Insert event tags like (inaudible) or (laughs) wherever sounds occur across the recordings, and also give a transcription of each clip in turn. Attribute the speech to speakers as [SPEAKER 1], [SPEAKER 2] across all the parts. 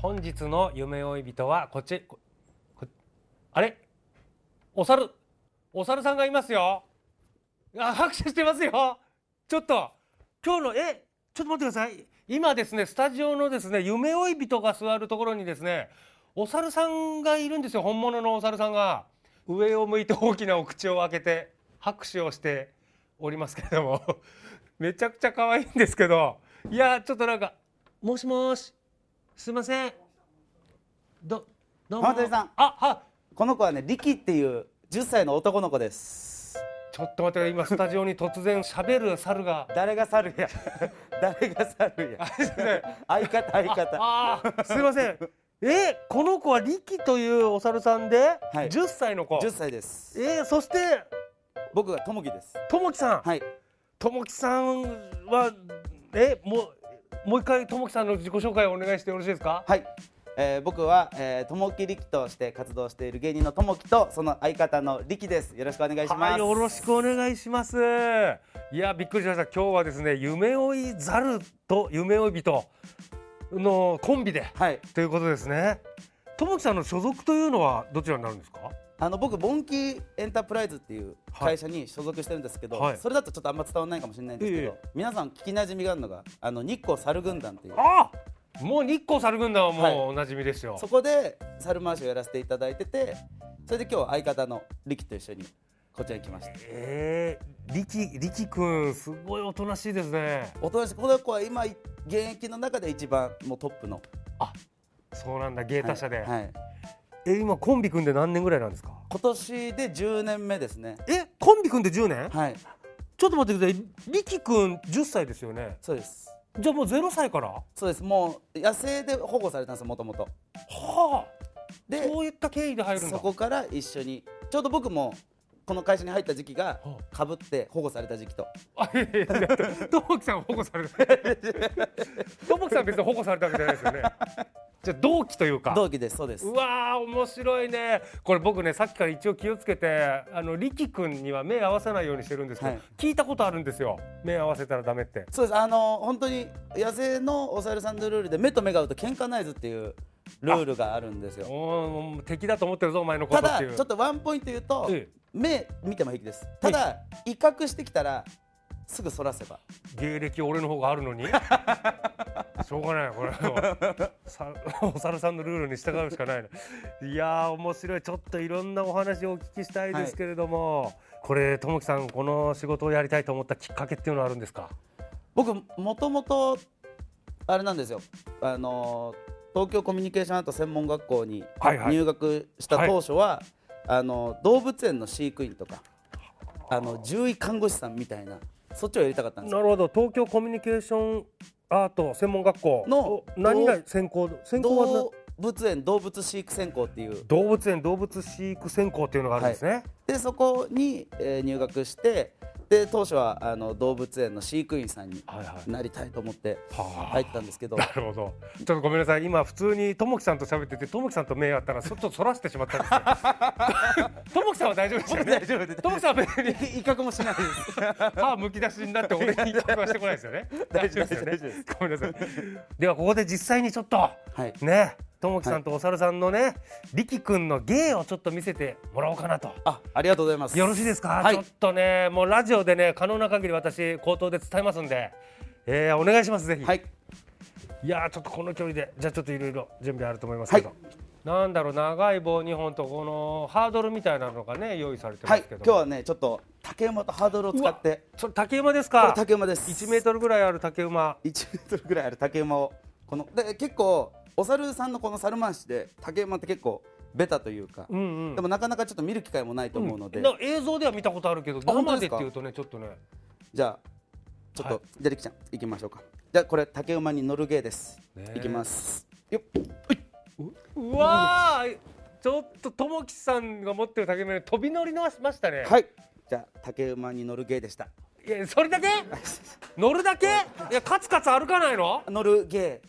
[SPEAKER 1] 本日の夢追い人はこっちここあれお猿お猿さんがいますよあ拍手してますよちょっと今日のえちょっと待ってください今ですねスタジオのですね夢追い人が座るところにですねお猿さんがいるんですよ本物のお猿さんが上を向いて大きなお口を開けて拍手をしておりますけれども (laughs) めちゃくちゃ可愛いんですけどいやちょっとなんかもしもしすいませんどどうも
[SPEAKER 2] 浜谷さん
[SPEAKER 1] あは
[SPEAKER 2] この子はね、リキっていう10歳の男の子です。
[SPEAKER 1] ちょっと待って今スタジオに突然喋る猿が
[SPEAKER 2] 誰が猿や。 (laughs) 誰が猿や。 (laughs) 相方、相方。
[SPEAKER 1] ああすいませんえこの子はリキというお猿さんで、
[SPEAKER 2] はい
[SPEAKER 1] 10歳の子
[SPEAKER 2] 10歳です。
[SPEAKER 1] えーそして
[SPEAKER 2] 僕がともきです。
[SPEAKER 1] ともきさん
[SPEAKER 2] はい。
[SPEAKER 1] ともきさんはえもうもう一回ともきさんの自己紹介をお願いしてよろしいですか
[SPEAKER 2] はい。えー僕は、えー、ともき力として活動している芸人のともきとその相方の力です。よろしくお願いします。
[SPEAKER 1] はいよろしくお願いしますいやびっくりしました今日はですね夢追い猿と夢追い人のコンビで
[SPEAKER 2] はい。
[SPEAKER 1] ということですねともきさんの所属というのはどちらになるんですか
[SPEAKER 2] あの僕ボンキーエンタープライズっていう会社に所属してるんですけど、
[SPEAKER 1] はい
[SPEAKER 2] それだとちょっとあんま伝わらないかもしれないんですけど、
[SPEAKER 1] いえいえ
[SPEAKER 2] 皆さん聞きなじみがあるのがあの日光猿軍団っていう
[SPEAKER 1] あもう日光猿軍団はもうおなじみですよ、
[SPEAKER 2] そこで猿回しをやらせていただいててそれで今日は相方の力と一緒にこちらに来ました
[SPEAKER 1] ええ力力くんすごいおとなしいですね
[SPEAKER 2] おとなしいこの子は今現役の中で一番もうトップの
[SPEAKER 1] そうなんだ芸
[SPEAKER 2] は
[SPEAKER 1] 他
[SPEAKER 2] い
[SPEAKER 1] 社で、
[SPEAKER 2] はい
[SPEAKER 1] え今コンビ組んで何年ぐらいなんですか
[SPEAKER 2] 今年で10年目ですね
[SPEAKER 1] えコンビ組んで10年、
[SPEAKER 2] はい
[SPEAKER 1] ちょっと待ってください力くん10歳ですよね
[SPEAKER 2] そうです
[SPEAKER 1] じゃあもう0歳からは
[SPEAKER 2] そうですもう野生で保護されたんですもともと
[SPEAKER 1] あ
[SPEAKER 2] で
[SPEAKER 1] そういった経緯で入るんだ
[SPEAKER 2] そこから一緒にちょうど僕もこの会社に入った時期が
[SPEAKER 1] は
[SPEAKER 2] かぶって保護された時期と
[SPEAKER 1] あいやいやいやともきさんは保護された (laughs) ともきさん別に保護されたわけじゃないですよねじゃあ同期というか
[SPEAKER 2] 同期ですそうです
[SPEAKER 1] うわー面白いねこれ僕ねさっきから一応気をつけてあの力くんには目合わせないようにしてるんですけど、
[SPEAKER 2] はい
[SPEAKER 1] 聞いたことあるんですよ目合わせたらダメって
[SPEAKER 2] そうですあの本当に野生のお猿さんのルールで目と目が合うと喧嘩ないずっていうルールがあるんですよ
[SPEAKER 1] おー敵だと思ってるぞお前のこ
[SPEAKER 2] た
[SPEAKER 1] とっ
[SPEAKER 2] だ
[SPEAKER 1] てい
[SPEAKER 2] ち
[SPEAKER 1] う
[SPEAKER 2] ょっとワンポイント言うと、
[SPEAKER 1] ええ
[SPEAKER 2] 目見ても平気ですただ、威嚇してきたらすぐそらせば
[SPEAKER 1] 芸歴俺の方がある
[SPEAKER 2] (laughs)
[SPEAKER 1] のにしょうがないこれさお猿さんのルールに従うしかないのいやー面白いちょっといろんなお話をお聞きしたいですけれども、これともきさんこの仕事をやりたいと思ったきっかけっていうのはあるんですか
[SPEAKER 2] 僕もともとあれなんですよあの東京コミュニケーションアート専門学校に
[SPEAKER 1] はいはい
[SPEAKER 2] 入学した当初は、あの動物園の飼育員とかあの獣医看護師さんみたいなそっちをやりたかったんです
[SPEAKER 1] な
[SPEAKER 2] よ
[SPEAKER 1] るほど東京コミュニケーションアート専門学校
[SPEAKER 2] の
[SPEAKER 1] お何が専攻専攻はな
[SPEAKER 2] 動物園動物飼育専攻っていう
[SPEAKER 1] 動物園動物飼育専攻っていうのがあるんですね、
[SPEAKER 2] でそこに、えー入学してで当初はあの動物園の飼育員さんに
[SPEAKER 1] はいはい
[SPEAKER 2] なりたいと思って
[SPEAKER 1] はあ
[SPEAKER 2] 入ったんですけど、
[SPEAKER 1] なるほどちょっとごめんなさい今普通にともきさんと喋っててともきさんと目あったらちょっとそらしてしまったんですよ
[SPEAKER 2] (laughs)
[SPEAKER 1] (laughs) ともきさんは大丈夫ですよね
[SPEAKER 2] 大丈夫です
[SPEAKER 1] ともきさんは別に
[SPEAKER 2] (laughs) 威嚇もしな
[SPEAKER 1] (laughs)
[SPEAKER 2] いです。
[SPEAKER 1] 歯むき出しになって俺に聞こはしてこないですよね
[SPEAKER 2] (laughs) 大丈夫
[SPEAKER 1] ですよ
[SPEAKER 2] 大丈夫で
[SPEAKER 1] ねごめんなさいではここで実際にちょっと
[SPEAKER 2] はい
[SPEAKER 1] ねともきさんとお猿さんのね力くんの芸をちょっと見せてもらおうかなと
[SPEAKER 2] あ、ありがとうございます。
[SPEAKER 1] よろしいですか、
[SPEAKER 2] はい
[SPEAKER 1] ちょっとねもうラジオでね可能な限り私口頭で伝えますんで、えー、お願いしますぜひ、
[SPEAKER 2] はい。
[SPEAKER 1] いやーちょっとこの距離でじゃあちょっといろいろ準備あると思いますけど、
[SPEAKER 2] は
[SPEAKER 1] なんだろう長い棒2本とこのハードルみたいなのがね用意されてま
[SPEAKER 2] はい
[SPEAKER 1] すけど、
[SPEAKER 2] 今日はねちょっと竹馬とハードルを使って
[SPEAKER 1] それ竹馬です
[SPEAKER 2] こ
[SPEAKER 1] か
[SPEAKER 2] れ竹馬です
[SPEAKER 1] 1メートルぐらいある竹馬
[SPEAKER 2] 1メートルぐらいある竹馬をこので結構お猿さんのこの猿回しで竹馬って結構ベタというか、
[SPEAKER 1] うんうん
[SPEAKER 2] でもなかなかちょっと見る機会もないと思うので、
[SPEAKER 1] だから映像では見たことあるけど
[SPEAKER 2] あ本当
[SPEAKER 1] 生ですっ
[SPEAKER 2] で
[SPEAKER 1] て
[SPEAKER 2] か
[SPEAKER 1] いうとねちょっとね
[SPEAKER 2] じゃあちょっと、
[SPEAKER 1] はい
[SPEAKER 2] じゃありきちゃん行きましょうかじゃあこれ竹馬に乗る芸です、
[SPEAKER 1] ねえ
[SPEAKER 2] いきますよっ
[SPEAKER 1] うわーちょっとともきさんが持ってる竹馬に飛び乗りましたね、
[SPEAKER 2] はいじゃあ竹馬に乗る芸でした
[SPEAKER 1] い、やそれだけ乗るだけいやカツカツ歩かないの
[SPEAKER 2] 乗る芸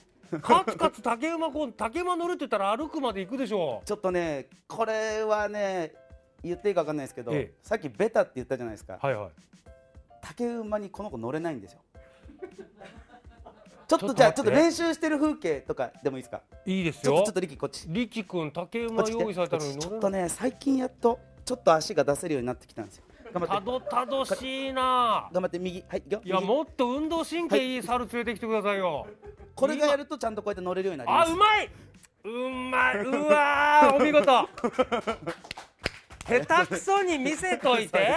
[SPEAKER 1] カツカツ竹馬こう竹馬乗るって言ったら歩くまで行くでしょ
[SPEAKER 2] ちょっとねこれはね言っていいか分かんないですけど、
[SPEAKER 1] ええ
[SPEAKER 2] さっきベタって言ったじゃないですか、
[SPEAKER 1] はいはい
[SPEAKER 2] 竹馬にこの子乗れないんで
[SPEAKER 1] (laughs)
[SPEAKER 2] すよちょ
[SPEAKER 1] ちょっ
[SPEAKER 2] っと
[SPEAKER 1] と
[SPEAKER 2] じゃあち
[SPEAKER 1] 待
[SPEAKER 2] ょ
[SPEAKER 1] っ
[SPEAKER 2] ってと練習してる風景とかでもいいですか
[SPEAKER 1] いいです
[SPEAKER 2] ちょっ
[SPEAKER 1] よ
[SPEAKER 2] とちょっと力こっち
[SPEAKER 1] リキ君竹
[SPEAKER 2] こっ
[SPEAKER 1] 馬
[SPEAKER 2] ち来て
[SPEAKER 1] 用意されたのに
[SPEAKER 2] こっちちょ
[SPEAKER 1] 乗
[SPEAKER 2] っ
[SPEAKER 1] れ
[SPEAKER 2] と
[SPEAKER 1] ない
[SPEAKER 2] ね最近やっとちょっと足が出せるようになってきたんですよ頑張
[SPEAKER 1] た
[SPEAKER 2] って
[SPEAKER 1] どたどしいな
[SPEAKER 2] 頑張って右はいいくよ
[SPEAKER 1] いや
[SPEAKER 2] 右
[SPEAKER 1] もっと運動神経いい猿連れてきてくださいよ
[SPEAKER 2] これがやるとちゃんとこうやって乗れるようになりま
[SPEAKER 1] あ
[SPEAKER 2] す
[SPEAKER 1] うまいうまいうわーお見事
[SPEAKER 2] (laughs)
[SPEAKER 1] 下手くそに見せとい
[SPEAKER 2] (laughs)
[SPEAKER 1] て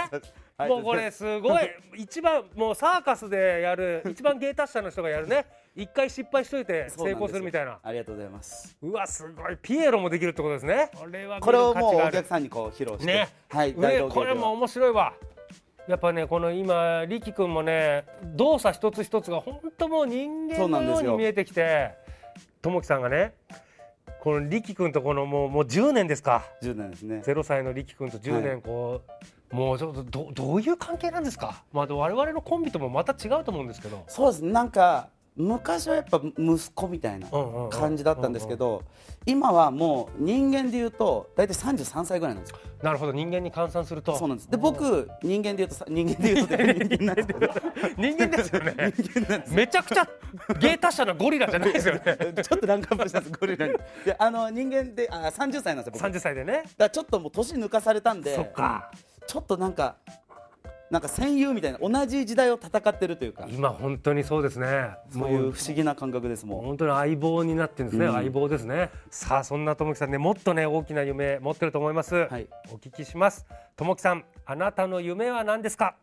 [SPEAKER 2] はい
[SPEAKER 1] もうこれすごい一番もうサーカスでやる一番芸達者の人がやるね一回失敗しといて
[SPEAKER 2] そう
[SPEAKER 1] 成
[SPEAKER 2] なんですよ
[SPEAKER 1] 功するみたいな
[SPEAKER 2] ありがとうございます
[SPEAKER 1] うわすごいピエロもできるってことですねこれは見
[SPEAKER 2] これ
[SPEAKER 1] る
[SPEAKER 2] を
[SPEAKER 1] 価
[SPEAKER 2] も
[SPEAKER 1] 値
[SPEAKER 2] う
[SPEAKER 1] があ
[SPEAKER 2] お
[SPEAKER 1] る
[SPEAKER 2] 客さんにこう披露して
[SPEAKER 1] ね、
[SPEAKER 2] はい大道
[SPEAKER 1] 上
[SPEAKER 2] 芸
[SPEAKER 1] これ
[SPEAKER 2] で
[SPEAKER 1] も
[SPEAKER 2] は
[SPEAKER 1] 面白いわやっぱねこの今力君もね動作一つ一つが本当もう人間
[SPEAKER 2] そうな
[SPEAKER 1] の
[SPEAKER 2] んで
[SPEAKER 1] よう
[SPEAKER 2] すよ
[SPEAKER 1] に見えてきて友樹さんがねこの力君とこのもうもう10年ですか
[SPEAKER 2] 10年ですね
[SPEAKER 1] 0歳の力君と10
[SPEAKER 2] は
[SPEAKER 1] 年
[SPEAKER 2] い
[SPEAKER 1] こう、もうちょっとどどういう関係なんですか、まあ、でも我々のコンビともまた違うと思うんですけど、
[SPEAKER 2] そうですねなんか昔はやっぱ息子みたいな
[SPEAKER 1] うんうんうん
[SPEAKER 2] 感じだったんですけど、今はもう人間でいうと大体33歳ぐらいなんですよ
[SPEAKER 1] なるほど人間に換算すると
[SPEAKER 2] そうなんですで僕人間でいうとさ人間でいうとって人間なんですけど
[SPEAKER 1] 人間ですよね
[SPEAKER 2] (laughs)
[SPEAKER 1] めちゃくちゃ芸達者なゴリラじゃないですよね
[SPEAKER 2] (laughs) ちょっとランクアップしたんですゴリラにであの人間であ30歳なんですよ僕だか
[SPEAKER 1] 30歳でね
[SPEAKER 2] らちょっともう年抜かされたんで
[SPEAKER 1] そっか
[SPEAKER 2] ちょっとなんかなんか戦友みたいな同じ時代を戦ってるというか
[SPEAKER 1] 今本当にそうですね
[SPEAKER 2] そうい
[SPEAKER 1] も
[SPEAKER 2] う不思議な感覚ですもう
[SPEAKER 1] 本当に相棒になってるんですね、相棒ですねさあそんなともきさんねもっとね大きな夢持ってると思います、
[SPEAKER 2] い
[SPEAKER 1] お聞きしますともきさんあなたの夢は何ですか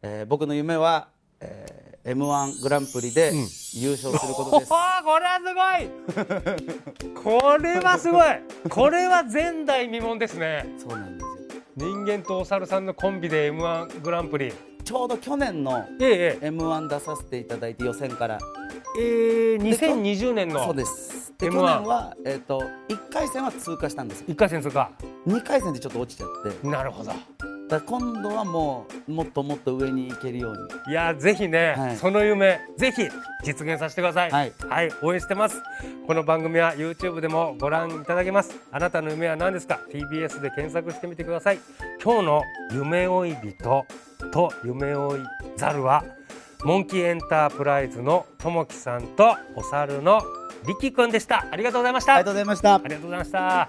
[SPEAKER 2] えー僕の夢は、えー、M1 グランプリで優勝することです、
[SPEAKER 1] おーこれはすごいこれはす
[SPEAKER 2] (laughs)
[SPEAKER 1] ごいこれは前代未聞ですね
[SPEAKER 2] そうなんですよ
[SPEAKER 1] 人間とお猿さんのコンビで m 1グランプリ
[SPEAKER 2] ちょうど去年の
[SPEAKER 1] ええ
[SPEAKER 2] M1 出させていただいて予選から
[SPEAKER 1] ええ2020年の
[SPEAKER 2] そうですで
[SPEAKER 1] M1
[SPEAKER 2] 去年は、えー、と1回戦は通過したんですよ
[SPEAKER 1] 1回戦通過
[SPEAKER 2] 2回戦でちょっと落ちちゃって
[SPEAKER 1] なるほど
[SPEAKER 2] だから今度はもうもっともっと上に行けるように
[SPEAKER 1] いやぜひね、
[SPEAKER 2] はい
[SPEAKER 1] その夢ぜひ実現させてください
[SPEAKER 2] はい
[SPEAKER 1] 応援してますこの番組は YouTube でもご覧いただけますあなたの夢は何ですか TBS で検索してみてください今日の夢追い人と夢追いざるはモンキーエンタープライズのともきさんとお猿のりきくんでしたありがとうございました
[SPEAKER 2] ありがとうございました
[SPEAKER 1] ありがとうございました